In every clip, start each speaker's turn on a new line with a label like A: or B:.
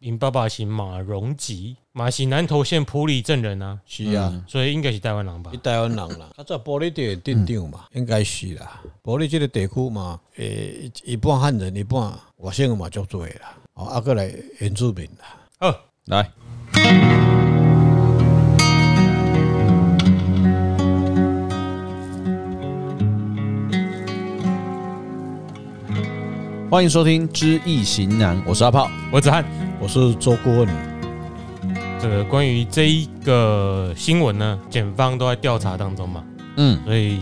A: 因爸爸是马荣吉，马是南投县埔里镇人啊，
B: 是啊，
A: 所以应该是台湾人吧
B: 你？台湾人啦，较 早玻璃地镇长嘛，
A: 嗯
B: 应该是啦。玻璃这个地区嘛，诶，一一半汉人，一半外省的嘛，足多的啦。哦，啊，过来原住民啦，
A: 好，
C: 来，欢迎收听《知易行难》，我是阿炮。
A: 我子翰，
B: 我是周顾问。
A: 这个关于这一个新闻呢，检方都在调查当中嘛，
C: 嗯，
A: 所以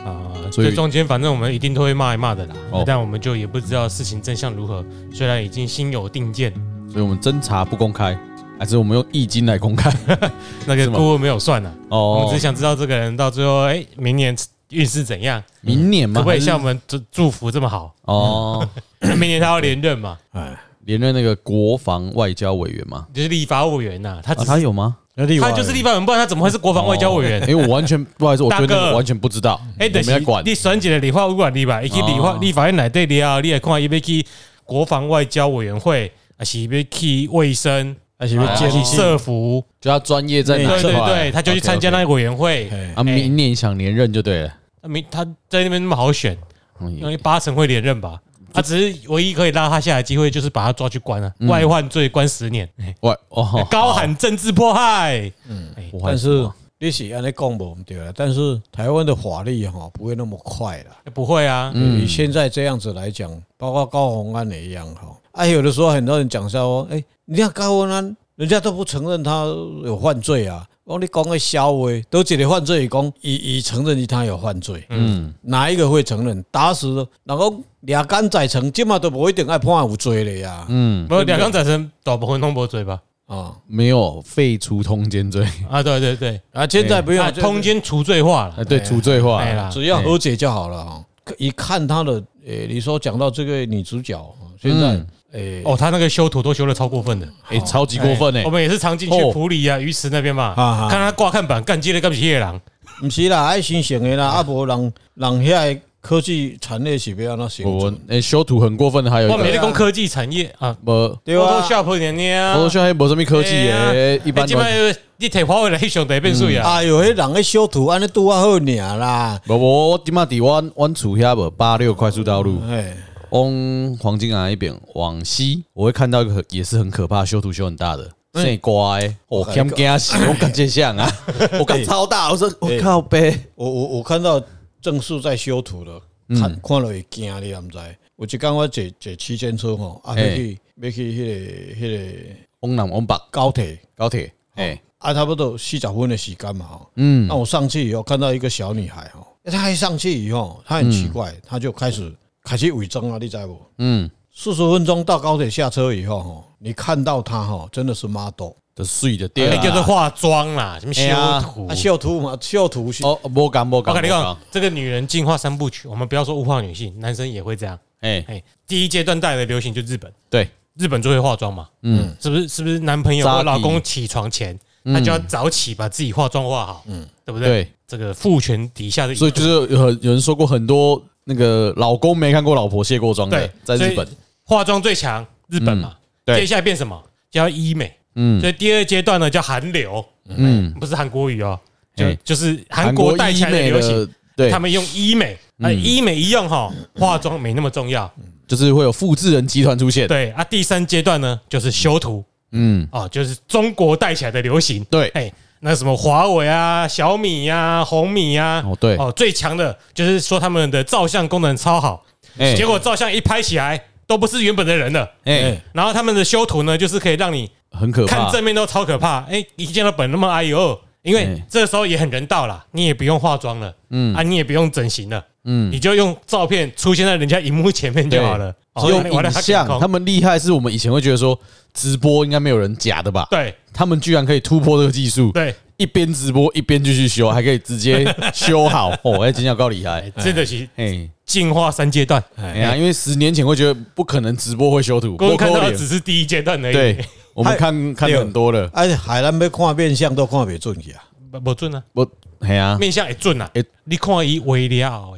A: 啊，呃
C: 所以
A: 这中间反正我们一定都会骂一骂的啦
C: 哦，
A: 但我们就也不知道事情真相如何，虽然已经心有定见，
C: 所以我们侦查不公开，还是我们用易经来公开？
A: 那个
C: 是吗
A: 顾问没有算啊，我
C: 哦
A: 们只想知道这个人到最后，哎，明年运势怎样，
C: 明年
A: 可
C: 吗？
A: 不可以
C: 还是
A: 像我们祝祝福这么好？
C: 哦，
A: 那明年他要连任嘛，
B: 哎，
C: 连任那个国防外交委员吗？
A: 就是立法委员呐，他
C: 啊，
A: 只
C: 他
A: 是
C: 有吗？
B: 那另外
A: 他就是立法委员，不然他怎么会是国防外交委
B: 哎
A: 员？
C: 因为我完全不好意思，我
A: 大
C: 对那
A: 哥
C: 个完全不知道，
A: 哎，
C: 我
A: 等
C: 没
A: 是
C: 在管。
A: 你选一个立法委员你吧，伊去立法
C: 哦
A: 立法院内底了，你来看伊要去国防外交委员会，还是要去卫生，
B: 还是要
A: 还
B: 建
A: 是
B: 立
A: 社服？
C: 就他专业在
A: 对
C: 哪
A: 对
C: 一块？
A: 对，他就去参加那
C: OK，OK
A: 个委员会。
B: 哎
C: 啊，
A: 哎
C: 明年想连任就对了。
A: 他没他在那边那么好选，
C: 嗯
A: 因为八成会连任吧。他只是唯一可以拉他下来的机会，就是把他抓去关
B: 嗯
A: 啊，外患罪关十年，
B: 哎
A: 哎
C: 喂，哦，
A: 高喊政治迫害。
B: 嗯
C: 我还
B: 但是你是安尼讲无毋对啦，但是台湾的法律哈不会那么快啦。
A: 不会啊，
B: 对于现在这样子来讲，包括高鸿安也一样哈。啊，有的时候很多人讲说，哎、你看高鸿安，人家都不承认他有犯罪啊。我说你讲个消委，都只个犯罪，讲以以承认他有犯罪，
C: 嗯，
B: 哪一个会承认？打死了，然后俩干仔成，即嘛都不一定爱判有罪了呀。
C: 嗯，
A: 不，两江展生倒不混弄不嘴吧？
B: 啊
C: 没有废除通奸罪，
A: 啊，对对对，
B: 啊，现在不用
A: 啊通，奸除罪化了
C: 哎，，对，除罪化
A: 哎，啦，
B: 只要和解就好了哈。一看他的，诶、你说讲到这个女主角，现在
C: 嗯
B: 诶、
A: 哦，他那个修图都修的超过分的，
C: 哎，超级过分哎
A: 我，们也是常进去
C: 哦
A: 普里啊、鱼池那边嘛，
B: 啊啊
A: 看他挂看板，干接的干不起夜郎，
B: 毋是啦，爱新型的啦，
C: 哎
B: 啊无人人遐的科技产业是要安怎生
C: 我
B: 存？
C: 哎修图很过分的，还有
A: 哇，
C: 一
A: 美
C: 个
A: 丽工科技产业啊
C: 不，
B: 对啊，
A: ，Photoshop 年年啊
C: 我修黑没什么科技
A: 哎
C: 耶，一般
A: 即
C: 都
A: 摆你摕花回来，迄上第变水啊！
B: 哎呦，迄人咧小图安尼拄啊好尔啦，
C: 不我我今嘛伫湾湾厝遐无八六快速道路，
A: 嗯
B: 哎，
C: 往黄金港那一边往西，我会看到一个很也是很可怕，修图修很大的。
A: 嗯
C: 最乖，我
A: 哎
B: 跟
C: 看
B: 你
C: 不见死，我感觉 像啊，我感超大，我说我
A: 哎
C: 靠呗，
B: 我我我看到正式在修图了，
C: 嗯
B: 看看了会惊你也毋知。有一工我坐坐区间车吼，啊
C: 哎
B: 要去要去迄个迄个
C: 往南往北
B: 高铁，
C: 高铁，
A: 哦
C: 哎，
B: 啊差不多四十分的时间嘛吼。
C: 嗯
B: 那我上去以后看到一个小女孩吼，她一上去以后，她很奇怪，她就开始开始伪装啊，你知无？
C: 嗯，
B: 四十分钟到高铁下车以后，哈，你看到他哈，真的是 model，
C: 的水的
A: 那
C: 店
A: 哎
C: 啊
A: 叫做化妆啦，什么修图
B: 啊，。秀图嘛，秀图是，
C: 哦，无讲无
A: 我
C: 讲，
A: 跟你
C: 无
A: 讲
C: 讲，，
A: 这个女人进化三部曲，我们不要说物化女性，男生也会这样。
C: 哎，
A: 哎，第一阶段带来的流行就日本，
C: 对，
A: 日本最会化妆嘛，
C: 嗯，
A: 是不是？是不是男朋友
C: 扎
A: 或
C: 底嗯
A: 老公起床前，他就要早起把自己化妆化好，嗯，对不对？
C: 对
A: 这个父权底下的，
C: 所以就是有有人说过很多那个老公没看过老婆卸过妆的
A: 对，，
C: 在日
A: 所以
C: 本，
A: 化妆最强，日本嘛。
C: 嗯对
A: 接下来变什么？叫医美。
C: 嗯
A: 所以第二阶段呢叫韩流，
C: 嗯，
A: 不是韩国语哦，就
C: 哎
A: 就是韩国带起来的
C: 医美
A: 流行。
C: 的，对
A: 他，们用医美，那、
C: 嗯
A: 医美一样哈，化妆没那么重要。
C: 就是会有复制人集团出现，
A: 对啊，第三阶段呢就是修图
C: 嗯，
A: 啊，就是中国带起来的流行。
C: 对，
A: 哎、那什么华为啊、小米呀、红米呀、
C: 哦对，
A: 哦最强的就是说他们的照相功能超好，
C: 哎
A: 结果照相一拍起来都不是原本的人了。
C: 哎，
A: 然后他们的修图呢，就是可以让你
C: 很可
A: 看
C: 怕，
A: 正面都超可怕，哎、一见到本人那么哎呦，因为
C: 哎
A: 这时候也很人道啦，你也不用化妆了，嗯啊，你也不用整形了，嗯，你就用照片出现在人家荧幕前面就好了，哦
C: 用
A: 我来
C: 影
A: 我来
C: 像，
A: 看
C: 他们厉害是我们以前会觉得说直播应该没有人假的吧，
A: 对
C: 他们居然可以突破这个技术，
A: 对，
C: 一边直播一边继续修，还可以直接修好，哦，哎，真的够厉害，
A: 真的是
C: 哎。
A: 进化三阶段，
C: 哎呀，因为十年前会觉得不可能直播会修图，
A: 我们
C: 不可
A: 看到哎的
C: 能
A: 只是第一阶段而已，
C: 对，我们看看
B: 对
C: 很多了，
B: 哎，海南要看面相都看袂准去啊，
A: 不，不准啊，
C: 我哎呀，
A: 面相也准啊
C: 哎，
A: 你看伊微了，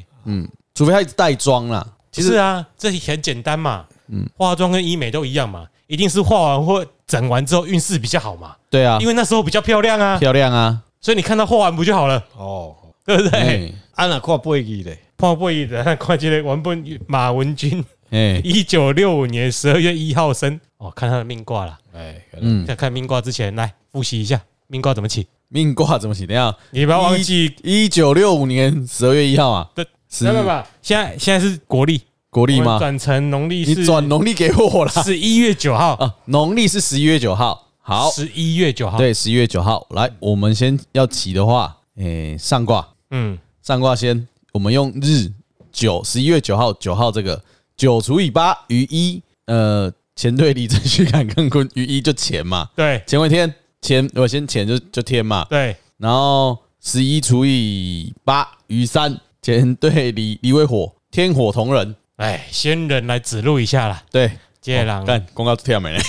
C: 除非他一直带妆啦。
A: 其
C: 其
A: 实
C: 实
A: 啊啊，这很简单嘛，嗯，化妆跟医美都一样嘛，一定是画完或整完之后运势比较好嘛，
C: 对啊
A: 因，为那时候比较漂亮啊，
C: 漂亮啊，
A: 所以你看他画完不就好了，
B: 哦，
A: 对不对？
C: 哎
B: 啊若看八字咧，
A: 破破译的，会计的文本马文君，
C: 哎，
A: 一九六五年十二月一号生，哦，看他的命卦了。
B: 哎，
C: 嗯，
A: 在看命卦之前，来复习一下命卦怎么起，
C: 命卦怎么写？等一下，
A: 你不要忘记，
C: 一九六五年十二月一号啊，
A: 对，
C: 是
A: 没有没有，现在现在是国历，
C: 国历
A: 我们
C: 吗？
A: 转成农历
C: 你
A: 是
C: 转农历给我啦。
A: 十一月九号，
C: 啊，农历是十一月九号。好，
A: 十一月九号，，
C: 对，十一月九号。来，我们先要起的话，诶、上卦，
A: 嗯，
C: 上卦先，我们用日九，十一月九号，九号这个九除以八余一，呃，乾兑离震巽坎艮坤余一就乾嘛，
A: 对
C: 乾为天，乾我先乾就就天嘛，
A: 对，
C: 然后十一除以八余三，乾兑离离为火，天火同人。
A: 哎，先人来指路一下啦，
C: 对，
A: 接狼，
C: 看公告跳没了，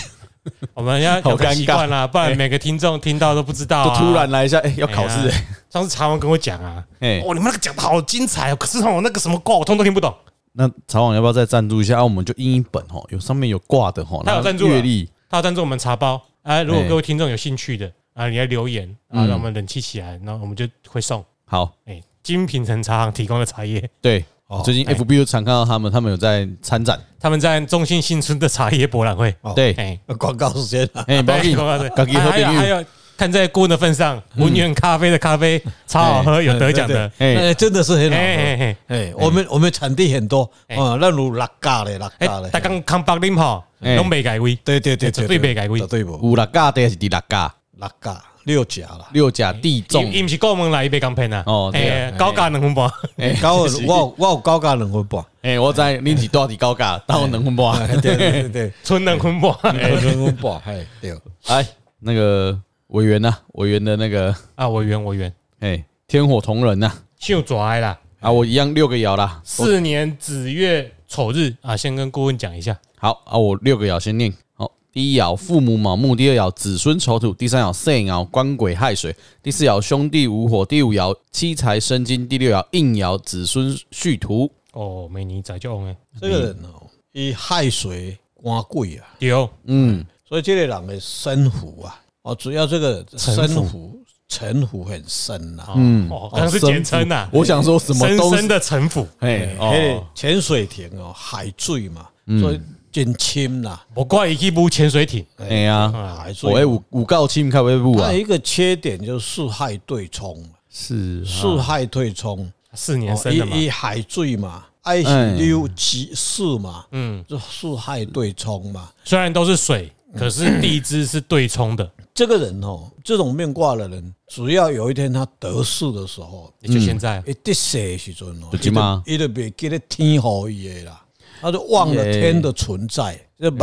A: 我们要
C: 哦好
A: 有个
C: 尴
A: 习
C: 尬
A: 惯 啦，不然
C: 哎
A: 每个听众听到都不知道
C: 就
A: 啊，
C: 突然来一下，哎、要
A: 哎呀
C: 考试、哎，
A: 上次茶王跟我讲啊，
C: 哎、
A: 哦，你们那个讲的好精彩哦，可是哦，那个什么卦我通通听不懂，
C: 那茶网要不要再赞助一下？啊、我们就印一本哦，有上面有挂的哦，
A: 他有赞助啊
C: 然后阅历，
A: 他赞助我们茶包。哎、如果
C: 哎
A: 各位听众有兴趣的啊，你来留言啊，
C: 嗯
A: 让我们冷气起来，然后我们就会送。
C: 好，
A: 哎、金品城茶行提供的茶叶，
C: 对，
B: 哦
C: 最近
A: 哎
C: FB 就常看到他们，他们有在参展，
A: 他们在中信新村的茶叶博览会。
B: 哦
C: 对，
A: 哎、
B: 广告时间 啊，
C: 哎，不要紧，赶紧喝
A: 还有还
C: 冰
A: 有，看在顾问的份上，文源咖啡的咖啡超好喝，哦有得奖的。
B: 哎对，对
C: 哎
B: 哎，真的是很好
A: 哎
B: 喝。
A: 哎
B: 哎，我们我们产地很多
A: 哎
B: 啊，那如六家嘞，六
A: 哎
B: 家嘞，
A: 哎，大刚康巴林吼，
C: 哎
A: 拢未改位，
B: 对对对，
A: 绝对没改过
B: 绝对无
C: 五六嘎的还是第六嘎，
B: 六家六家啦。
C: 六甲地重，
A: 伊毋是顾问来伊被讲骗啊。
C: 哦对啊
A: 哎高价两分半，
C: 哎
B: 高
C: 是
B: 分我有我有高价两分半，
C: 哎，我在拎起多底高嘎，当我能分不？
B: 哎对对对对，
A: 存两分半。哎
B: 两分半，哎对，
C: 哎，那个委员呐，委员的那个，
A: 啊，我圆我圆，
C: 哎，天火同人呐，
A: 秀拽啦。
C: 啊，我一样六个爻啦，
A: 四年子月丑日啊，先跟顾问讲一下。
C: 好啊，我六个爻先念。好，第一爻父母卯木，第二爻子孙丑土，第三爻肾爻官鬼亥水，第四爻兄弟午火，第五爻七财生金，第六爻应爻子孙戌土。
A: 哦，美女仔就红诶，
B: 这个人哦，伊亥水官贵啊，
A: 丢
C: 嗯，
B: 所以这个人的身府啊，哦，主要这个
A: 城
B: 身
A: 府
B: 府城府很深啊呐、
A: 嗯，哦，刚是简称呐，
C: 我想说什么
A: 深
C: 都
A: 深
C: 是
A: 的城府，
C: 哎
B: 那
C: 哦
B: 个，潜水艇哦，海水嘛，
A: 嗯
B: 所以真深呐、
A: 我怪一去部潜水艇，
C: 哎呀，
A: 啊
B: 海水。
C: 我哎五五告亲开微步
B: 它
C: 啊
A: 哎
B: 有，一个缺点就是四害对冲，
C: 是
B: 四害对冲，
A: 啊四年
B: 哦
A: 生啊的嘛，哎
B: 一一海水嘛，爱是六七四嘛，
A: 嗯，
B: 就四害对冲嘛。
A: 虽然都是水，
C: 嗯
A: 可是地支是对冲的，
B: 这个人哦，这种命卦的人，只要有一天他得势的时候，
A: 也就现在，啊
C: 嗯
B: 一得势的时阵哦，
C: 就这嘛
B: 伊就袂记得天好伊的啦，他就忘了天的存在，就目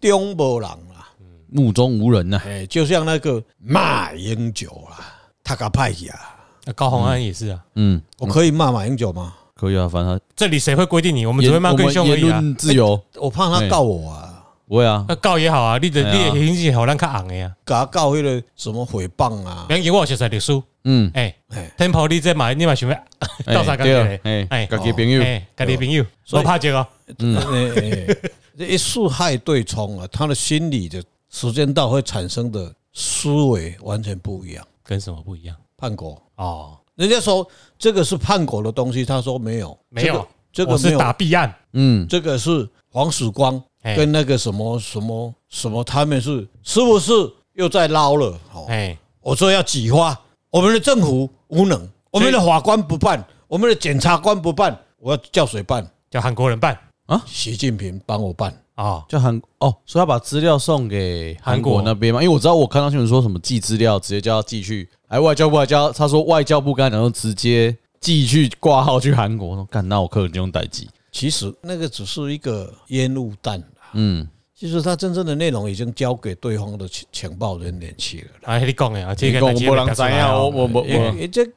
B: 中无人啦。
C: 目中无人呐。
B: 哎，就像那个骂英九啦，他个派去啊！
A: 那高洪安也是啊，
C: 嗯，
B: 我可以骂马英九吗？
C: 可以啊，反正
A: 这里谁会规定你？我
C: 他
A: 们只会骂
C: 言
A: 更凶而
C: 嗯言
A: 已啊，
C: 论自由，
B: 我怕他告我啊，
C: 不会啊
A: 那，告也好啊，你的
C: 哎
A: 你
C: 呀
A: 的形势好难看红的啊呀，
B: 给他告迄个什么诽谤啊？
A: 梁杰我写在历史，
C: 嗯，
A: 哎
B: 哎
A: ，Temple 你这买你嘛想要
C: 哎
A: 到啥感
C: 对啊
A: 觉？
C: 哎，
A: 哎
C: 自己朋友，
A: 哎，家己的朋友，
B: 所以
A: 我怕这个，
C: 嗯
B: 哎哎哎这一四害对冲啊，他的心理的时间到会产生的思维完全不一样。
A: 跟什么不一样？
B: 叛国，
A: 哦，
B: 人家说这个是叛国的东西，他说没有，
A: 没有，
B: 这个
A: 我
B: 这个没
A: 是
B: 有，
A: 打弊案，
C: 嗯，
B: 这个是黄曙光
A: 哎
B: 跟那个什么什么什么，他们是是不是又在捞了？哦，
A: 哎，
B: 我说要挤花，我们的政府无能，我们的法官不办，我们的检察官不办，我要叫谁办？
A: 叫韩国人办
B: 习近平帮我办。
A: 哦，
C: 就韩哦，所以他把资料送给韩国
A: 韩国
C: 那边嘛，因为我知道我看到新闻说什么寄资料，直接叫他寄去，哎，外交部外交，他说外交部刚才讲说直接寄去挂号去韩国，我说干那我可能就用代寄，
B: 其实那个只是一个烟雾弹啦
C: 嗯，
B: 其实他真正的内容已经交给对方的情情报人员去了啦。
A: 啊，你讲的啊，这
C: 你
A: 个
C: 讲我
A: 咱今天
C: 没人
A: 就
C: 知
A: 讲出来
C: 啊，我
A: 哦
C: 我我我，
B: 诶这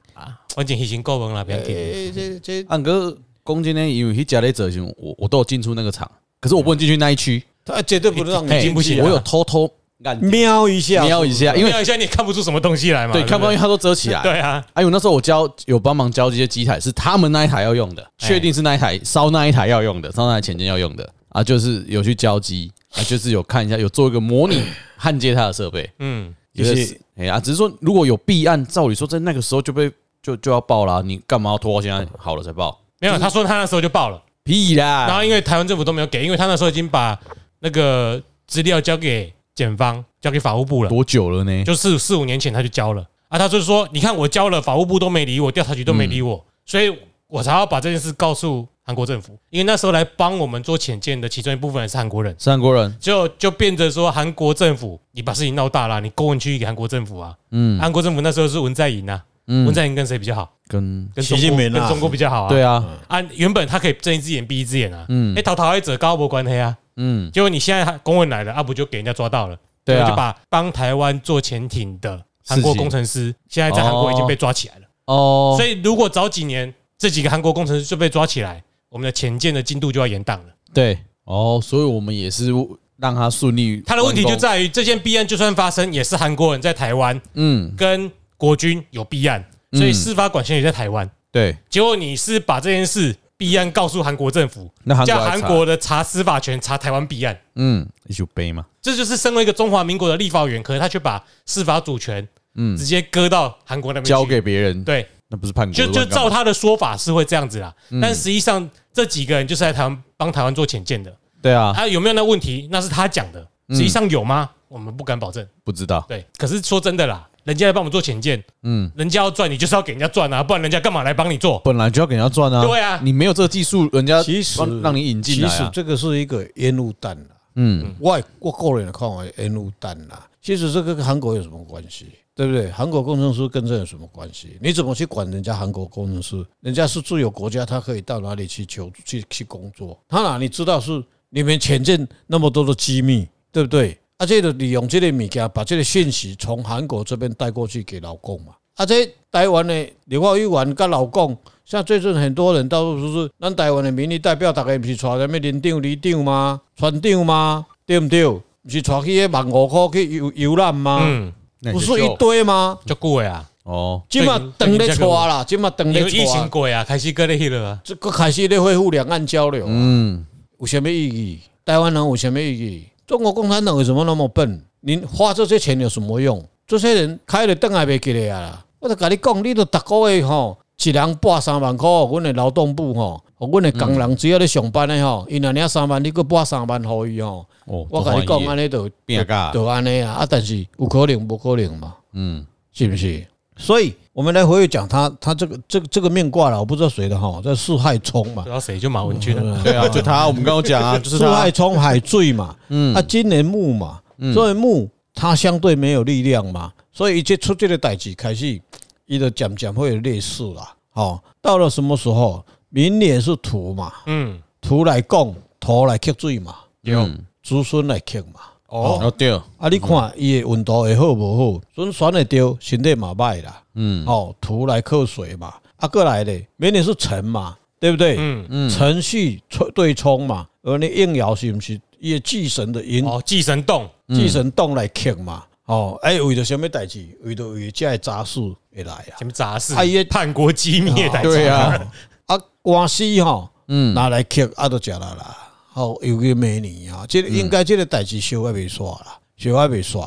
A: 反正已经够问了，不要紧。
B: 诶这这
C: 按哥公今天因为去家里走行，我我都有进出那个场，可是我不能进去那一区，
B: 他绝对不嗯让你
A: 已
B: 进
A: 经不
B: 去
A: 行
B: 啊，
C: 我有偷偷按
B: 瞄一下，
C: 瞄一下，哎因
A: 因
C: 为
A: 为一下你也看不出什么东西来嘛，
C: 对看不到，因为
A: 对
C: 他都遮起来
A: 嗯不，对。对啊，
C: 哎，我那时候我交有帮忙交这些机台，是他们那一台要用的，确定是那一台烧那一台要用的，烧那台前件要用的啊，就是有去交机啊，就是有看一下，有做一个模拟焊接它的设备，
A: 嗯，
C: 也
B: 就是
C: 是哎呀、只是说如果有弊案，照理说在那个时候就被就就要报啦，你干嘛要拖到现在好了才报？
A: 没有，他说他那时候就报了，
C: 屁
A: 然
C: 啦！
A: 后因为台湾政府都没有给，因为他那时候已经把那个资料交给检方，交给法务部了，
C: 多久了呢？
A: 就是四五年前他就交了啊，他就是说，你看我交了，法务部都没理我，调查局都没理我，所以我才要把这件事告诉韩国政府，因为那时候来帮我们做潜舰的其中一部分也是韩国人，
C: 是韩国人，
A: 就就变着说韩国政府，你把事情闹大了，你公文去给韩国政府啊，
C: 嗯
A: 韩国政府那时候是文在寅啊，文
C: 嗯，
A: 在寅跟谁比较好？
C: 跟
A: 跟
B: 习
A: 中国
B: 近平啊
A: 跟中国比较好啊，
C: 对啊，
A: 啊，原本他可以睁一只眼闭一只眼啊，
C: 嗯
A: 哎，逃逃爱者高博关黑啊，
C: 嗯，
A: 结果你现在公文来了啊，不就给人家抓到了？
C: 对
A: 就
C: 啊，
A: 把帮台湾做潜艇的韩国工程师，现在在韩国已经被抓起来了。
C: 哦
A: 所，以如果早几年这几个韩国工程师就被抓起来，我们的潜舰的进度就要延宕了。
C: 对，哦，所以我们也是让他顺利。
A: 他的问题就，在于这件弊案就算发生，也是韩国人在台湾
C: 嗯，
A: 跟国军有弊案，所以
C: 嗯
A: 司法管辖也在台湾。
C: 对，
A: 结果你是把这件事弊案告诉韩国政府，
C: 那韩国
A: 叫
C: 来
A: 韩
C: 查，
A: 国的查司法权查台湾弊案，
C: 嗯，一起背嘛，
A: 这就是身为一个中华民国的立法委员，可是他却把司法主权
C: 嗯
A: 直，接割到韩国那边去
C: 交给嗯别人，
A: 对。
C: 那不是叛国的
A: 就
C: 乱
A: 就
C: 干嘛，
A: 照他的说法是会这样子啦，
C: 嗯
A: 但实际上这几个人就是来台湾帮台湾做潜舰的，
C: 对啊，嗯
A: 啊有没有那问题那是他讲的，实际上有吗？我们不敢保证。
C: 不知道，
A: 对，可是说真的啦，人家来帮我们做潜舰，
C: 嗯，
A: 人家要赚你就是要给人家赚啊，不然人家干嘛来帮你做？
C: 本来就要给人家赚啊，
A: 对啊
C: 你没有这个技术，人家
B: 其实
C: 让让你引进
B: 其
C: 来
B: 实
C: 啊，
B: 这个是一个烟雾弹啊啦。
C: 嗯，
B: 我我个人的看法，烟雾弹啦，其实这个跟韩国有什么关系？对不对？韩国工程师跟这有什么关系？你怎么去管人家韩国工程师？人家是自由国家，他可以到哪里去求去去工作？他哪里知道是你们潜进那么多的机密，对不对？啊，这个利用这个物件，把这个讯息从韩国这边带过去给老公嘛。啊，这台湾的立法委员跟老公，像最近很多人到处说是咱台湾的民意代表，大概不是带什么连长、旅长吗？船长吗？对不对？不是带去那万五块去游游览
C: 啊
B: 吗？
A: 嗯，
C: 那
B: 不
C: 你就是
B: 一
C: 秀
B: 堆吗？
A: 就过啊，
C: 哦，
B: 即嘛等咧抓啦，即嘛等
A: 你
B: 咧
A: 有疫情
B: 抓，
A: 过啊，开始割那去了啊，
B: 这个开始咧恢复两岸交流啊，
C: 嗯，
B: 有什么意义？台湾人有什么意义？中国共产党为什么那么笨？您花这些钱有什么用？这些人开了灯也袂记得啊啦！我都跟你讲，你都逐个月吼，一人拨三万块，阮的劳动部吼，阮的工人只要咧上班的吼，伊若领三万，你搁拨三万给伊吼，
C: 哦，
B: 我跟你讲，
C: 啊，
B: 安尼就
C: 变噶，
B: 就安尼啊！啊，但是有可能，无可能嘛。
C: 嗯，
B: 是不是？所以我们来回去讲他，他这个这个这个命挂了，我不知道谁的哈，这四害冲嘛
A: 不知，道谁就马文君了，
C: 对 啊，就他，我们刚刚讲啊，就是
B: 四害
C: 他，
B: 冲海坠嘛，
C: 嗯
B: 啊，今年木嘛，所以木它相对没有力量嘛，所以一切出这个代志开始，伊就渐渐会有劣势啦。哦，到了什么时候？明年是土嘛，
A: 嗯，
B: 土来供，土来克水嘛，
A: 有
C: 嗯
B: 子孙来克嘛。
A: 哦，
C: 哦对，
B: 啊，你看伊的运度会好无好，准选会对，身体嘛歹啦。
C: 嗯
B: 哦，土来克水嘛，啊，过来嘞，明年是辰嘛，对不对？
A: 嗯，
C: 嗯，
B: 辰序冲对冲嘛，而你应爻是不是也忌神的寅
A: 哦，寄神洞，
B: 忌神动来克嘛？哦，哎，为着什么代志？为着为这些杂事会来啊
A: 什？么杂事
B: 啊他，哦
A: 叛国机密的代志，
C: 对啊，
B: 啊，官司吼
C: 嗯，
B: 拿来克，啊，都食啦啦。哦，尤其明年啊，这个应该这个代志小可袂煞啦，小可袂煞。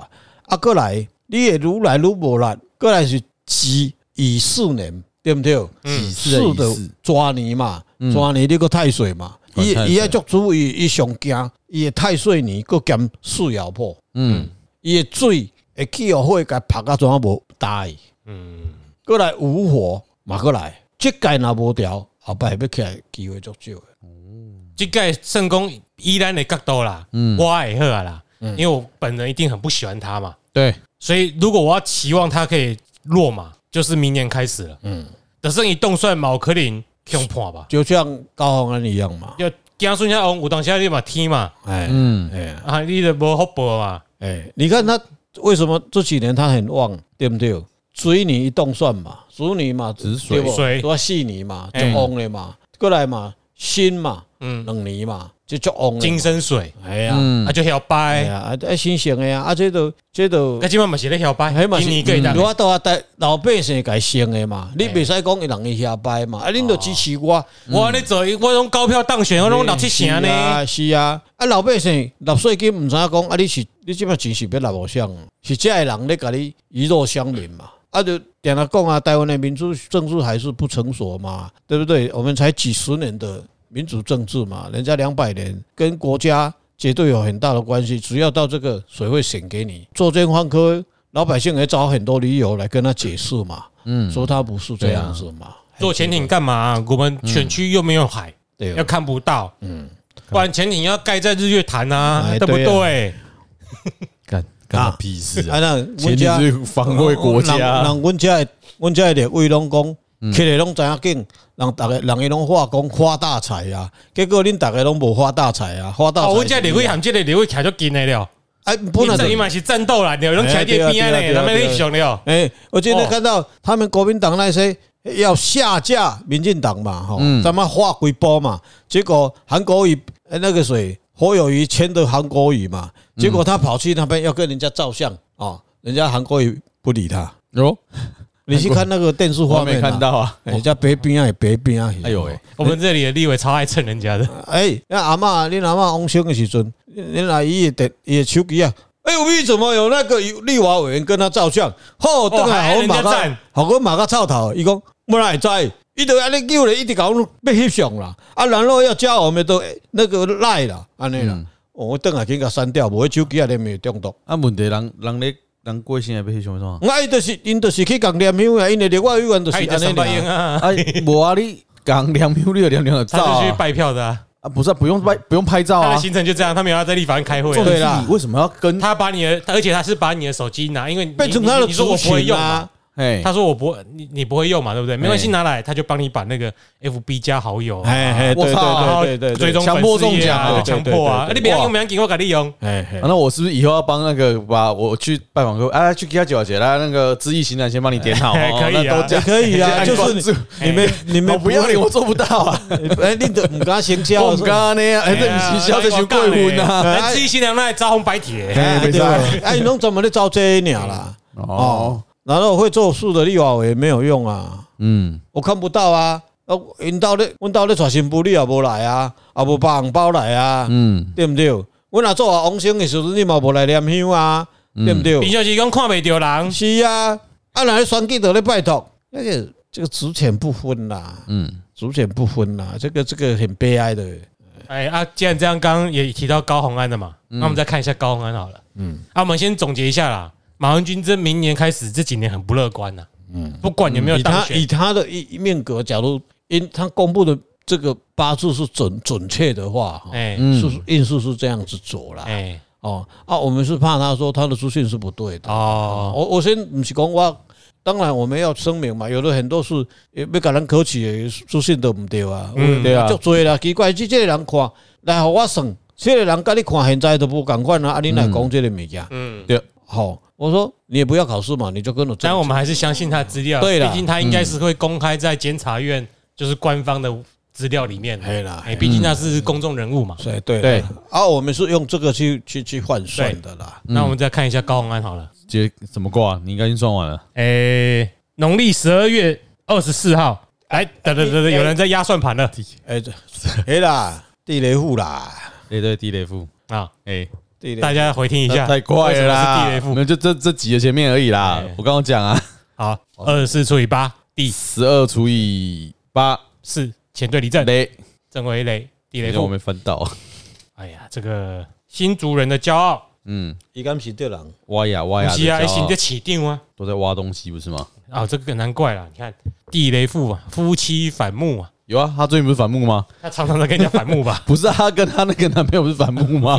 B: 啊，过来，你也愈来愈无力，过来是己乙巳年，对不对？
A: 嗯
C: 是的
B: 是的
C: 意思，
B: 抓泥嘛
C: 嗯，
B: 抓泥你个太水嘛，
C: 管
B: 伊
C: 太水
B: 伊爱足注意，伊上惊，伊的太水泥佮兼水摇破，
C: 嗯
B: 伊的水会起火火甲晒甲怎啊无大，
A: 嗯，
B: 过来无火嘛过来，即届若无调，后摆要起来机会足少的。
A: 这个圣公依然的角度啦，
C: 嗯
A: 我也喝啦，
B: 嗯
A: 因为我本人一定很不喜欢他嘛，
C: 对，
A: 所以如果我要期望他可以落马，就是明年开始了。嗯，只剩一动算毛可林用破吧，
B: 就像高洪安一样嘛，
A: 要姜孙家翁有当下你嘛天嘛，
B: 哎
C: 嗯
B: 哎
A: 啊，你都无福报嘛，
B: 哎，你看他为什么这几年他很旺，对不对？水泥一动算嘛，水泥嘛，
C: 止水
B: 对不
A: 水
B: 都要细泥嘛，就
A: 哎
B: 旺的嘛，过来嘛，新嘛，
A: 嗯
B: 两年嘛，这足旺的
A: 金，生水，
B: 哎呀，
C: 嗯
A: 啊，，就摇
B: 哎
A: 摆，
B: 呀，啊啊新型的呀，啊这都这都
A: 那。今晚嘛是咧摇摆，
B: 迄嘛
A: 哎今
B: 是，
A: 年个
B: 嗯
A: 当
B: 如。果都啊，代老百姓该生的嘛，你
A: 嘿
B: 袂使讲伊人伊遐摆嘛，啊，恁
A: 哦
B: 都支持我，
C: 嗯
A: 我咧做，我拢高票当选，我拢六七
B: 是
A: 成呢。
B: 啊是啊，啊，老百姓纳税金毋知影讲，啊，你是你即摆钱是要纳无相，是遮个人咧甲你鱼肉乡民嘛，啊，就定定讲啊，台湾的民主政治还是不成熟嘛，对不对？我们才几十年的民主政治嘛，人家两百年，跟国家绝对有很大的关系。只要到这个，谁会选给你？作奸犯科，老百姓也找很多理由来跟他解释嘛，
C: 嗯，
B: 说他不是这样子嘛，
A: 啊做潜艇干嘛、我们选区又没有海，
B: 对
A: 又
B: 哦，
A: 看不到，嗯，不然潜艇要盖在日月潭啊，
B: 哎
A: 对不
B: 对啊
A: 对？
C: 干干他屁事
B: 啊
C: 啊！
B: 那人
C: 前提
B: 家。
C: 是防卫国
B: 人
C: 家，嗯
B: 人阮遮的阮遮的立委拢讲，起来拢知影紧，人逐个人伊拢话讲发大财啊，结果恁逐个拢无发大财啊，发大
A: 哦，
B: 财。
A: 我这李伟含这个李伟卡就近的了，
B: 哎，
A: 不
B: 本来
A: 能
B: 就
A: 这一嘛是战斗啦，有人徛在边嘞，
B: 哎对啊对啊对啊
A: 那边英雄了，
B: 哎，我
C: 哦
B: 今天看到他们国民党那些要下架民进党嘛，吼，
C: 嗯
B: 咱们画规波嘛，结果韩国瑜哎那个谁侯友谊签的韩国瑜嘛，
C: 嗯
B: 结果他跑去那边要跟人家照相啊，人家韩国瑜不理他。
C: 哟，
B: 你去看那个电视
C: 我
B: 画面、
C: 没看，到啊。
B: 人家北边啊，北边啊，
C: 哎呦喂，
A: 我们这里的立委超爱蹭人家的，
B: 哎，那阿嬷，恁阿嬷往生的时阵，恁阿姨的电伊的手机啊，哎，我们怎么有那个立法委员跟他照相？吼，等
A: 哦还
B: 下
A: 按
B: 我
A: 人家
B: 马
A: 赞
B: 个，好我马个臭头，伊讲我哪会知？伊都安尼叫人一直搞要翕相啦，啊，然后要加我们都那个赖啦，安尼啦。
A: 嗯
B: 哦，我等下紧甲删掉，无手机啊，恁咪中毒。。
C: 啊，问题人人咧人过身也被想创
B: 我伊就是因，就是去共念香啊，因的立法委员就是
A: 还有
B: 安
A: 三
B: 尼哎
A: 八英
B: 啦。
A: 啊，
C: 啊，无啊，你讲两秒你就两秒
A: 他
C: 就照
A: 是去
C: 啊
A: 拜票的、啊，
C: 啊，不是啊不用拍不用拍照
A: 他的
C: 啊。
A: 行程就这样，他没有要在立法院开会
C: 重
A: 啊。
B: 对
C: 点是
B: 啦
C: 你为什么要跟？
A: 他把你的，而且他是把你的手机拿，因为你
B: 变成
A: 你
B: 他的
A: 你说我
B: 族
A: 不会
B: 群
A: 用嘛
B: 啊，
C: 哎
A: 他说我不会，你你不会用嘛，对不对？没关系，
C: 哎
A: 拿来他就帮你把那个 FB 加好友啊，
B: 哎哎，
C: 我
B: 对
C: 操
A: 然后
B: 对对对
A: 追
B: 对对，
A: 踪
C: 强迫
A: 粉丝页啊
C: 中奖啊
A: 对强迫啊！
B: 对对对对
A: 你别用，别用，给我给你用。
B: 哎嘿
C: 啊那我是不是以后要帮那个把我去拜访客户，哎，去给他九姐来那个知易行难，先帮你点好
A: 哎
C: 哦，
A: 可以啊
C: 那 都这样
B: 也可以啊
C: 先按关
B: 就是
C: 注
B: 你们你
C: 我
B: 们
C: 不要
B: 会
C: 脸，我做不到啊！
B: 哎，你都唔敢啊成交，
C: 我唔敢呢，哎，这不是笑这群贵婚啊！
A: 哎，自己新娘那招红白帖，
B: 哎，
C: 没
B: 对
C: 错
B: 吧？哎，你拢怎么咧招这鸟啦？
C: 哦
B: 哦，，然后会做事的立法委员没有用啊，
C: 嗯，
B: 我看不到啊。哦，因到咧，阮到咧娶新妇，你也无来啊，也无包红包来啊，
C: 嗯，
B: 对不对？阮若做啊王生的时阵，你嘛无来念香啊，
C: 嗯
B: 对不
A: 平
B: 对？
A: 常时讲看袂到人，
B: 是啊，啊，若咧选举就咧拜托，那个这个职权不分啦，
C: 嗯，
B: 职权不分啦，这个这个很悲哀的。
A: 哎啊，既然这样，刚刚也提到高红安的嘛，那我们再看一下高红安好了。嗯，啊，我们先总结一下啦。马文君这明年开始这几年很不乐观呐，嗯，不管有没有
B: 以
A: 当
B: 他以
A: 选，
B: 他的一命格，假如因他公布的这个八字是准准确的话，哈，
A: 哎
C: 嗯
B: 是运势是这样子走啦。
A: 哎
B: 哦啊，我们是怕他说他的资讯是不对的。
A: 哦，
B: 我我先不是讲我，当然我们要声明嘛，有的很多是要甲咱考试的资讯都唔对啊，
A: 嗯
C: 对啊
B: 足，多啦，奇怪，即这个人看来，互我算，这个人甲你看现在都不共款啊，啊，你来讲这个物件，
A: 嗯，
B: 好，我说你也不要考试嘛，你就跟我
A: 但
B: 讲
A: 我。们还是相信他的资料，
B: 对
A: 毕
B: 啦
A: 竟他应该是会公开在监察院，就是官方的资料里面。
B: 嘿啦
A: 哎，毕竟他是公众人物嘛。
B: 对对
C: 对
B: 对，啊，我们是用这个去去去换算的啦。
A: 那我们再看一下高宏安好了。
C: 姐怎么挂？你应该已经算完了。
A: 诶，哎农历十二月二十四号，哎，等等等等，有人在压算盘了
B: 哎，这哎啦，地雷户啦，
C: 哎对对，地雷夫，
A: 啊！
C: 哎，
B: 地雷
A: 大家回听一下，
C: 太快了啦！
A: 为什么是
C: 没有就这这几的前面而已啦
A: 哎。
C: 我刚刚讲啊，
A: 好，二十四除以八，第
C: 十二除以八
A: 四，前队离阵，
C: 雷，
A: 郑为雷，地雷
C: 雷我
A: 锋。
C: 没翻到。
A: 哎呀，这个新族人的骄傲，
C: 嗯，
B: 伊敢是对人，
C: 挖呀挖
A: 不
C: 呀，
A: 是啊，
C: 这
A: 哎，
C: 叫
A: 新的起定啊。
C: 都在挖东西，不是吗？
A: 啊，这个难怪啦！你看地雷父啊，夫妻反目啊，
C: 有啊，她最近不是反目吗？？
A: 他常常在跟人家反目吧
C: 不是啊，她跟她那个男朋友不是反目吗？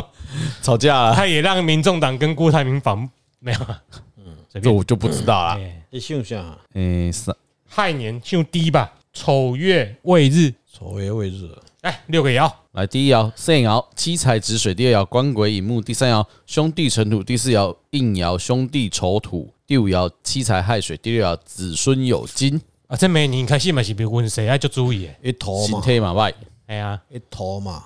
C: 吵架啊，
A: 他也让民众党跟郭台铭反目没有啊？嗯，随
C: 这
A: 便。
C: 我就不知道啦。
A: 哎
B: 你想啥？
C: 诶，三
A: 亥年就低吧，丑月未日，
B: 所谓位置，
A: 哎，六个爻，
C: 来第一爻肾爻七财止水，第二爻官鬼引木，第三爻兄弟成土，第四爻应爻兄弟丑土，第五爻七财亥水，第六爻子孙有金，
A: 啊，这明年开始嘛是要运势啊，就注意诶。
B: 一头
C: 身
B: 嘛，
C: 体嘛歹。
A: 哎呀，
B: 一头嘛，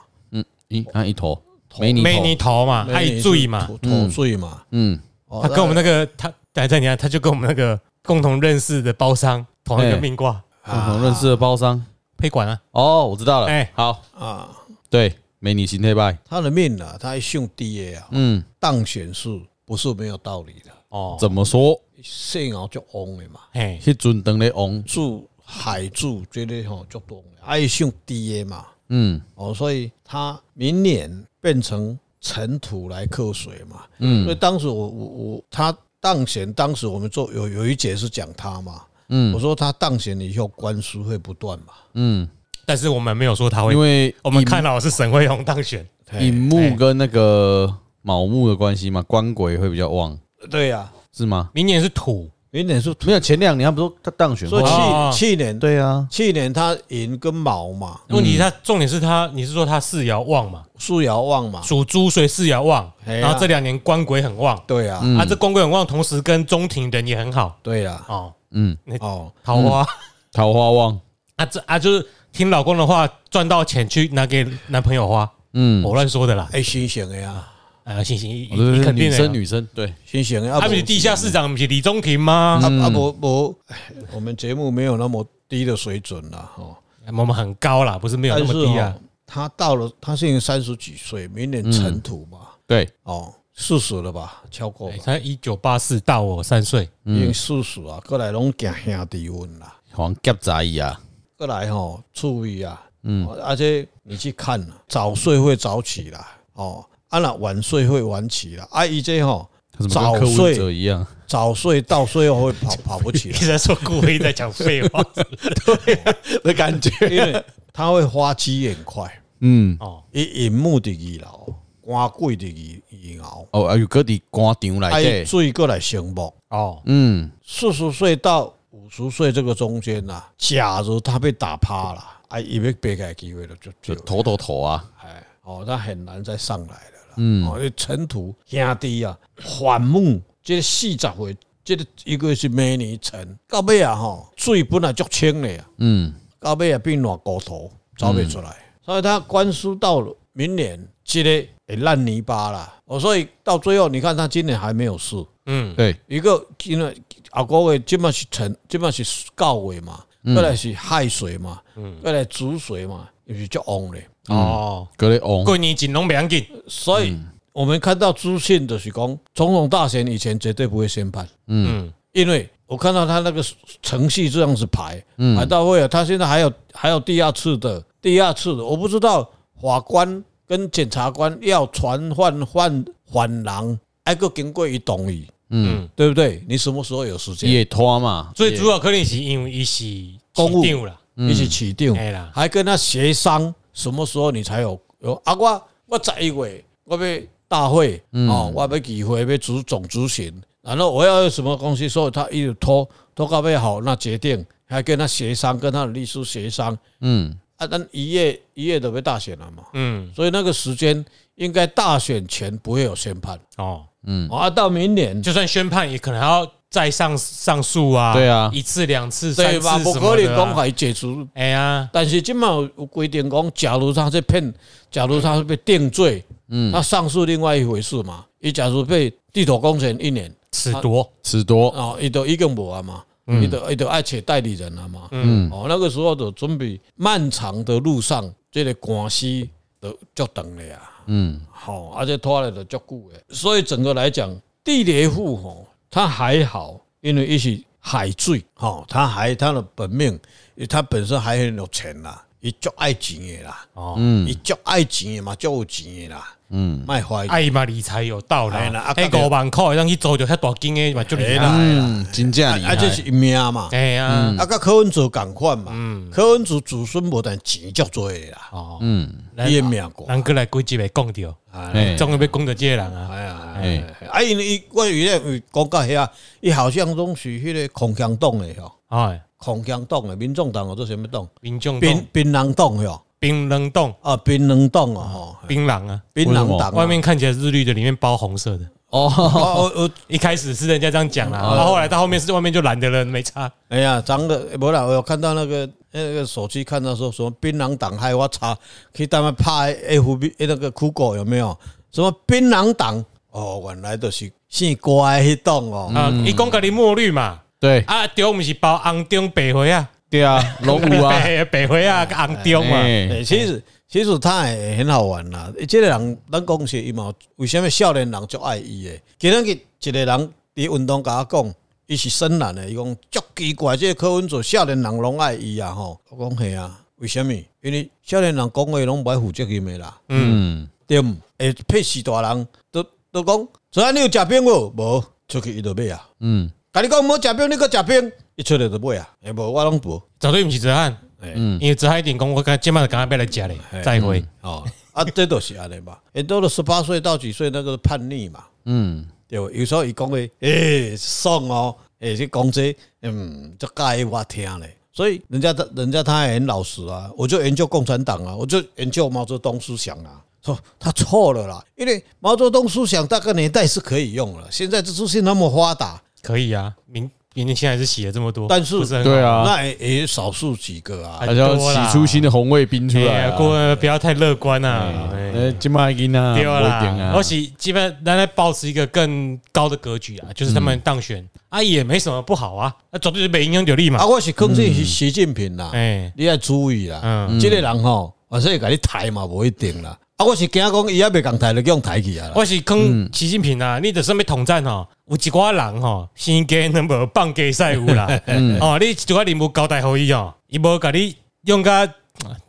C: 一啊一头没你
A: 没
C: 头
A: 你，头嘛，
B: 那
A: 爱
B: 你
A: 醉
B: 是
A: 嘛，
B: 吐
C: 嗯
B: 吐醉嘛。
C: 嗯，
B: 哦
A: 他跟我们那个他哎在在你看，他就跟我们那个共同认识的包商同一个
C: 哎
A: 命卦
C: 共同认识的包商。
A: 配管啊，
C: 哦，我知道了。
A: 哎
C: 好，
B: 啊，
C: 对，没你心太拜。
B: 他的命啊，他姓低的啊，
C: 嗯，
B: 当选是不是没有道理的？
A: 哦，
C: 怎么说？
B: 姓敖就翁的嘛，
A: 哎，
C: 去准等咧翁。
B: 住海住这类吼就多，啊，伊姓低的嘛，
C: 嗯
B: 哦，所以他明年变成尘土来克水嘛。所以
C: 嗯
B: 当时我我我他当选，当时我们做有有一节是讲他嘛，我
C: 嗯
B: 说他当选以后官司会不断嘛，
C: 嗯，
A: 但是我们没有说他会
C: 因，为
A: 我们看到是沈惠荣当选，
C: 寅
B: 嘿
C: 木跟那个卯木的关系嘛，官鬼会比较旺，
B: 对啊呀、
C: 是吗？
A: 明年是土，
B: 明年是土
C: 没有，前两年他不是他当选
B: 所以
C: 过
B: 去、？
A: 哦
B: 去年
C: 对啊，
B: 去年他寅跟卯嘛，
C: 嗯
A: 问题他重点是他，你是说他四爻旺嘛，
B: 树爻旺嘛，
A: 属猪所以四爻旺，
B: 嗯哎呀
A: 然后这两年官鬼很旺
B: 对呀、
A: 啊，这官鬼很旺，同时跟中庭人也很好
B: 对呀、
A: 哦，
C: 嗯，
B: 哦，
A: 桃花
C: 桃花旺，
A: 啊这啊就是听老公的话，赚到钱去拿给男朋友花，
C: 嗯，
A: 我乱说的啦，
B: 哎，新型的呀，
A: 啊，行行，你
C: 哦对对
A: 你
C: 对
A: 肯定
C: 女
A: 的
C: 生
A: 啦，
C: 女生对，
B: 新型的啊
A: 啊，不是地下市长不是李中庭吗？
C: 嗯
B: 啊啊不不，哎我们节目没有那么低的水准啦，哦，
A: 哎我们很高啦，不是没有那
B: 但是
A: 么低啊
B: 哦。，他到了他现在三十几岁，明年尘土嘛，
C: 对，
B: 哦，四十了吧，超过吧
A: 哎。他一九八四大我三 岁，
C: 嗯
B: 已经四十啊，过来拢行兄弟运啦，
C: 黄夹杂伊啊，
B: 过来吼、注意啊，嗯，而且你去看啊，早睡会早起啦，哦，啊那晚睡会晚起啦，啊伊这吼、
C: 他怎么跟柯文哲一样？
B: 早睡到最后会跑跑不起
A: 一
B: 来，
A: 直在说顾威在讲废话
C: 的感觉，
B: 因为他会花期很快，
C: 嗯，
A: 哦。
B: 伊银幕的二楼，官贵的二二熬，
C: 哦，啊，有各地官场
B: 啊
C: 来
B: 伊
C: 的，
B: 水过来醒目，
A: 哦，
C: 哎嗯，
B: 四十岁到五十岁这个中间呐、假如他被打趴了，啊伊要别个机会了就就。
C: 就头头头啊，
B: 哎，哦，他很难再上来了啦。
C: 嗯
B: 哦，因为尘土兄弟啊，反目，这个四十岁，这个一个是明年尘，到尾啊吼，水本来足清的啊，
C: 嗯
B: 到尾啊变烂骨头，走不出来，所以他官司到了明年，这个会烂泥巴啦。哦，所以到最后，你看他今年还没有事，
A: 嗯，
C: 对，
B: 一个因为啊个月即嘛是尘，即嘛是告尾嘛，过来是亥水嘛，过来主水嘛，又是足旺的。
C: 嗯
A: 哦，
C: 各地旺，
A: 过年锦龙两紧，
B: 所以我们看到资讯就是讲，总统大选以前绝对不会宣判，
A: 嗯，
B: 因为我看到他那个程序这样子排，排到位了，他现在还有还有第二次的，第二次的，我不知道法官跟检察官要传唤换缓人，还个经过一同意，
A: 嗯
B: 嗯，对不对？你什么时候有时间？
C: 也拖嘛，
A: 最主要可能是因为伊是
B: 公务
A: 市长啦，
B: 一起起定，
A: 哎啦，
B: 还跟他协商什么时候你才有有啊？我我十一月我要大会
C: 嗯
B: 哦，我要举会要主总执行，然后我要有什么东西，所以他一直拖拖到尾好，那决定还跟他协商，跟他的律师协商
C: 嗯
B: 啊，但一月一月都被大选啊了嘛，
A: 嗯，
B: 所以那个时间应该大选前不会有宣判
A: 哦，
C: 嗯，
B: 啊，到明年
A: 就算宣判，也可能还要再上上诉啊，
C: 对啊
A: 一次、两次、三
B: 对
A: 次
B: 吧？
A: 什
B: 不可
A: 么
B: 能
A: 的
B: 讲
A: 啊，
B: 还解除
A: 哎呀，
B: 但是今嘛有有规定讲，假如他是骗，假如他是被定罪，嗯，他上诉另外一回事嘛。伊假如被地头工程一年，
A: 尺夺，
C: 吃多，
B: 哦，伊都已经无啊嘛，伊都伊都爱找代理人啊嘛，
C: 嗯
B: 哦，那个时候就准备漫长的路上，这个官司都足长的啊，
C: 嗯
B: 好，而且拖了就足久的。所以整个来讲，地雷户吼，它还好，因为伊是海水吼，它还它的本命，它本身还很有钱啦，伊足爱钱的啦，
A: 哦，
C: 嗯
B: 伊足爱钱的嘛，足有钱的啦，
C: 嗯
B: 卖怀疑。
A: 爱嘛理财有道
B: 哎啦
A: 啦
B: 啊，
A: 哎
B: 到底
A: 五万块让去做着遐大金的嘛，就
B: 哎
A: 厉害，
C: 嗯，真正厉
B: 啊，
C: 害，
B: 这是他命嘛，
A: 哎呀，
B: 啊，甲柯文哲共款嘛，柯文哲子孙无但钱足多的啦，
A: 嗯哦，
C: 嗯，
A: 咱
B: 伊的命过。
A: 咱过来几集来讲着，
C: 哎
A: 总要要讲着这个人啊，
B: 哎呀，哎
C: 哎
B: 呀，啊，因为伊我有咧有讲到遐，伊好像拢是迄个空降党的吼。
A: 哎，
B: 空降党诶，民众党哦，做什么党？
A: 民众党
B: 槟槟榔党哟，
A: 槟榔洞，
B: 啊，槟榔党哦，吼，
A: 槟榔啊，
B: 槟榔党啊。
A: 外面看起来是绿的，里面包红色的。
B: 哦
C: 哦，
B: 哦哦，
A: 一开始是人家这样讲啦，然后后来到后面是外面就懒得了，没差。
B: 哎呀，长得哎不啦，我有看到那个诶那个手机看到说什么槟榔党害我查，去他们拍 F B 那个酷狗有没有？什么槟榔党？哦，原来都是姓乖迄栋哦。
A: 啊，伊讲甲你墨绿嘛，
C: 对
B: 哎
A: 啊，中毋是包红中白灰啊，
C: 对啊，龙五啊，
A: 白 白灰啊，甲红中嘛，
C: 哎
B: 欸其实其实他也很好玩啦。欸这个人，咱讲是伊嘛，为什么少年人足爱伊的？今仔日一个人伫运动甲我讲，伊是深蓝的，伊讲足奇怪，这个柯文哲少年人拢爱伊啊吼。我讲系啊，为什么？因为少年人讲话拢不爱负责任的啦，
C: 嗯，
B: 对毋？会配死大人，都都讲，昨下你有食冰无？无，出去伊就买啊。
C: 嗯
B: 甲你讲，无食冰，你搁食冰，伊出来就买啊。哎，无我拢无。
A: 绝对毋是泽汉，
B: 哎
A: 因为泽汉一定讲我今即摆就赶快要来食咧，再会。
B: 哦，啊，这都是安尼嘛，很多都十八岁到几岁那个叛逆嘛，
C: 嗯，
B: 对吧？有时候伊讲的，诶、爽哦，诶、去讲这嗯，这介我听嘞。所以人家他人家他也很老实啊，我就研究共产党啊，我就研究毛泽东思想啊。说他错了啦，因为毛泽东思想大概年代是可以用了，现在这资讯那么发达，
A: 可以啊，明明年现在是写了这么多，
B: 但是
A: 不很好
C: 对啊，
B: 那也也少数几个啊。
A: 很
C: 还是要
A: 多啦
C: 洗出新的红卫兵出
A: 哎
C: 来
A: 呀，
C: 啊。
A: 各位不要太乐观啊。哎
C: 呃，今麦囡啊，
A: 对
C: 不一定
A: 啦
C: 啊，
A: 而且基本上大家保持一个更高的格局啊，就是他们当
C: 嗯
A: 选啊也没什么不好啊，那绝对是没影响有利嘛
B: 啊，。我是肯定是习近平啦，
A: 哎，
B: 你要注意啦。
A: 嗯，
B: 即个人吼，啊，所以甲你抬嘛，无一定啦。啊，我是惊讲伊也袂共抬，就用抬去啊啦。
A: 我是
C: 嗯
A: 坑习近平啊，你就是要统战吼，有一寡人哦吼，先给那无放给赛有 啦，
C: 嗯
A: 哦，你一寡任务交代好伊哦，伊无甲你用个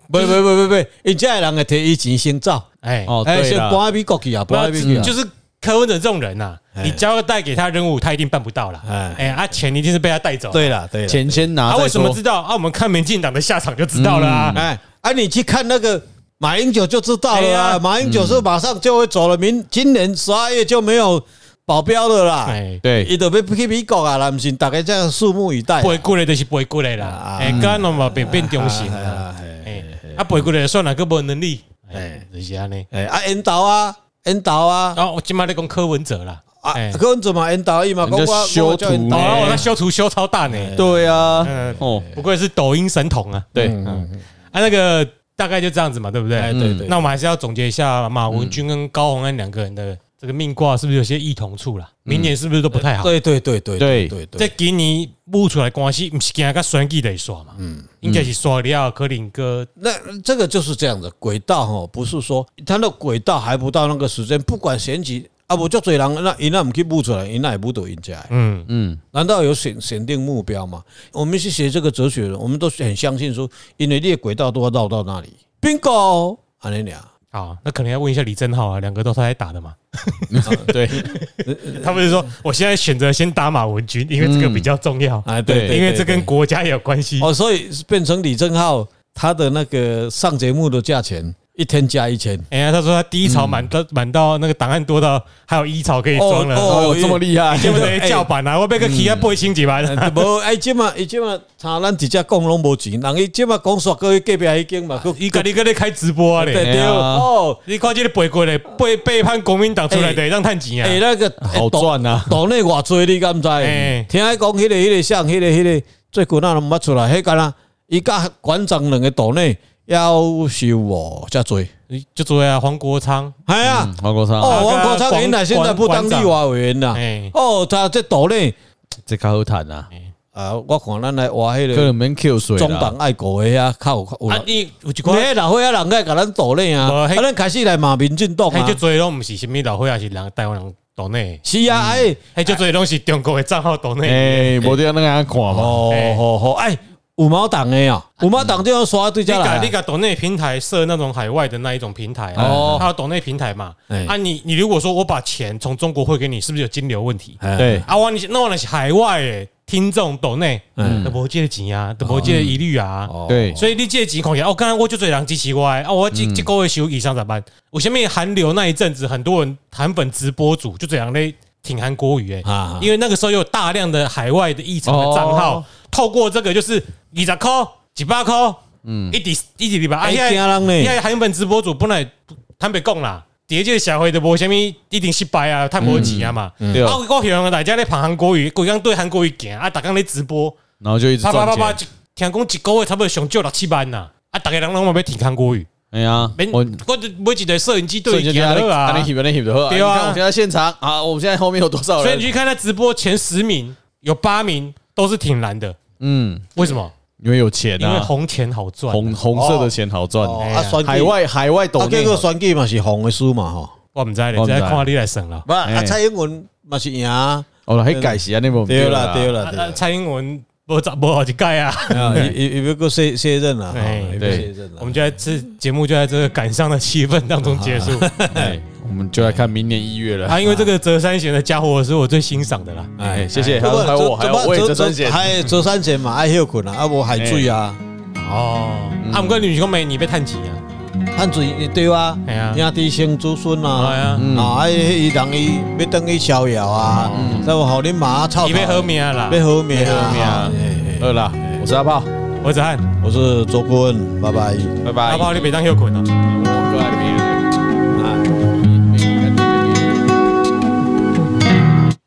B: 不不不不不，因遮个人会摕伊钱先走，
A: 哎
C: 哦，
B: 哎，
C: 对
B: 先
C: 啦，
B: 搬去国去啊，
A: 不要
B: 搬去国去啊。
A: 就是柯文哲这种人呐、
B: 哎
A: 你交代给他任务，他一定办不到啦。
B: 哎
A: 哎、啊，钱一定是被他带走。，
B: 对啦对啦。
C: 钱先拿
A: 啊，
C: 再
A: 为什么
C: 说
A: 知。道？啊，我们看民进党的下场就知道了啊。
B: 哎，啊，你去看那个马英九就知道
A: 哎
B: 了啊，
A: 呀
B: 马英九是马上就会走了，明今年十二月就没有保镖了啦。
A: 哎，
C: 对，
B: 伊都要去美国啊，啦，毋是大家这样拭目以待啊。
A: 不会过来就是不会过来
B: 啊
A: 啦。哎，干了嘛，变变中心
B: 哎
A: 啦。
B: 呀哎
A: 哎，啊，不会过来算哪个无能力？
B: 哎
A: 哎，就是安尼。
B: 哎啊，引导啊，引导啊，
A: 然后我今麦在讲柯文哲啦。
B: 啊
A: 哎，，
B: 柯文哲嘛引导伊嘛，讲
C: 人家
B: 我
C: 修
B: 我叫啊引
C: 图
B: 导
A: 哦，
C: 哎
A: 然后我那修图修超大呢。
C: 对啊，
A: 嗯，
C: 哦，
A: 不愧是抖音神童啊。
C: 对，
A: 啊，那个大概就这样子嘛，对不对？
B: 哎，对对，
A: 那我们还是要总结一下马文君跟高洪安两个人的这个命卦是不是有些异同处啦？明年是不是都不太好？
B: 嗯对对对对
C: 对
B: 对
A: 这
B: 对，
A: 今年摸出来关系，不是跟个选举来刷嘛？嗯，应该是刷了柯林哥，
B: 那这个就是这样的轨道哈，不是说他的轨道还不到那个时间，不管选举啊，无足侪人那伊那唔去募出来，伊那也不到赢家。
A: 嗯，
C: 嗯，
B: 难道有选选定目标吗？我们是学这个哲学的，我们都是很相信说，因为你的轨道都要绕到那里，bingo，安尼俩，
A: 好，那可能要问一下李正浩啊，两个都是他在打的嘛？
C: 对，
B: 嗯
A: 他不是说我现在选择先打马文君，因为这个比较重要，
B: 哎，对，
C: 对
B: 对
A: 因为这
B: 对
A: 跟国家也有关系。
B: 哦，所以变成李正浩他的那个上节目的价钱，一天加一千，
A: 哎呀，他说他第一槽满到满到那个档案多到还有一槽可以装
B: 嗯
A: 了，
B: 哦
C: 哦，这么厉害，
A: 对不对？叫板啊，我
B: 嗯
A: 被个 K 啊背清几万。
B: 无，哎，即嘛，伊即嘛，查咱直接讲拢无钱，人伊即嘛讲煞过去隔壁迄间嘛，佫
A: 伊家己搁咧开直播啊
B: 对
A: 咧，
B: 对
C: 哎呀
B: 哦，
A: 你看这个背过咧，背背叛国民党出来的，让趁钱
B: 哎，
A: 啊！
B: 那个哎
C: 好赚啊！
B: 岛内偌济你敢知？
A: 哎
B: 听伊讲迄个迄个像迄个迄个最近那拢毋捌出来，迄间啊，伊甲馆长两个岛内要收哦，遮济，
A: 就做啊，黄国昌，
B: 系啊，
C: 黄国昌，
B: 哦，
A: 那
B: 王
A: 个
B: 国昌
A: 广
B: 原来现在不当
A: 广
B: 立法委员啦，
A: 哎，
B: 哦，他这岛内
C: 这较好谈啊，
B: 啊，我看咱来挖迄
C: 可
B: 个
C: 能免 Q 水
B: 中
C: 啦
B: 党。爱国的啊，较有较有
A: 啊
B: 人。
A: 你有一
B: 你
A: 款，
B: 迄老岁仔人个甲咱岛内啊，
A: 无
B: 啊
A: 迄
B: 咱开始来骂民进党
A: 迄
B: 啊
A: 就。做拢毋是什物老伙仔，是人台湾人岛内，
B: 是啊，哎，
A: 迄就做拢是中国的账号岛内，
C: 哎，无得那个看嘛，
B: 哦
A: 哎
B: 吼吼，哎，五毛党的啊，五毛党就要刷对
A: 你
B: 家
A: 搞
B: 来
A: 你
B: 啊。
A: 搞岛内平台设那种海外的那一种平台
B: 哦
A: 啊，还有岛内平台嘛，
B: 哎
A: 啊你你如果说我把钱从中国汇给你，是不是有金流问题？
B: 哎
C: 对，
A: 啊，我你那我那是海外的听众岛内，
B: 嗯
A: 都无这个钱啊，都无这个疑虑啊，
B: 哦
C: 对
A: 所以你这个钱看起来，哦，刚刚我就最人支持我的，啊，我
B: 嗯
A: 这这个月收以上咋办？我前面韩流那一阵子，很多人韩粉直播主就这样咧挺韩国语诶，
B: 啊，
A: 因为那个时候有大量的海外的异常的账号
C: 哦，
A: 透过这个就是二十块、几百块，嗯，一底一底礼拜，啊，
B: 哎，
A: 现
B: 惊
A: 在
B: 人
A: 现
B: 呢，
A: 在韩粉直播主本来坦白讲啦，第一届社会都无虾米一定失败啊，太无钱啊嘛。
C: 嗯对，
A: 啊，我向大家咧捧韩国语，规工对韩国语行，啊，逐工咧直播，
C: 然后就一直
A: 啪啪
C: 赚
A: 啪啪，一
C: 钱，
A: 听讲一个月差不多上少六七万呐，啊，逐个人拢嘛要听韩国语，
C: 哎呀
A: 免，
C: 我
A: 我就每一个摄影机
C: 所
A: 对
C: 以就
A: 你
C: 觉
A: 行
C: 得
A: 了
C: 啊，
A: 啊
C: 你。hip 你 hip 的，
A: 对啊
C: 你看我现在现场啊，我们现在后面有多少
A: 所以你
C: 人？
A: 去看他直播前十名，有八名都是挺难的，
C: 嗯，
A: 为什么？
C: 因为有钱
A: 因为
C: 啊，
A: 红钱好赚。
C: 红红色的钱好赚，
B: 哦
A: 哎
B: 啊，
A: 呀
B: 选举
C: 海外海外抖
B: 啊，结
C: 内
B: 果选举嘛是红的输嘛吼，
A: 我唔知咧，你
C: 我不知
A: 再看你来算啦。
B: 不啊
C: 哎
B: 蔡英文嘛是赢啊，
C: 哦，还改写啊那部
B: 对啦对啦
A: 啊
B: 对
A: 啊
B: 啦，
A: 蔡英文无十无好几届啊，
B: 啊，伊伊要个卸卸任啊啦，
A: 哎
B: 哈
C: 对
B: 卸任啦啊
A: 我们就在这节目就在这个感伤的气氛当中结束
C: 哎，我们就来看明年一月 了。
A: 啊。因为这个泽山贤的家伙是我最欣赏的啦。
C: 哎，谢谢，还
B: 不
C: 有
B: 过
C: 还有我，还有我也这三险。
B: 还折哎三险嘛，爱休困啊，啊无海水啊，
A: 哦，啊，毋过你讲没你被叹气啊？
B: 汉水对啊
A: 哎呀，
B: 兄弟生子孙
A: 哎
B: 啊，
A: 呀，
C: 嗯
B: 啊，啊，伊人伊要等去逍遥啊，再有互恁妈操，
A: 嗯你被好命啊啦！
B: 要好命
A: 要好命
B: 啊
A: 啊，
B: 哎哎
C: 饿啦，我是阿炮，
A: 我子汉，
B: 我是卓坤，拜拜。
C: 拜
A: 阿
C: 拜。
A: 炮你别当休困哦。啊
C: 我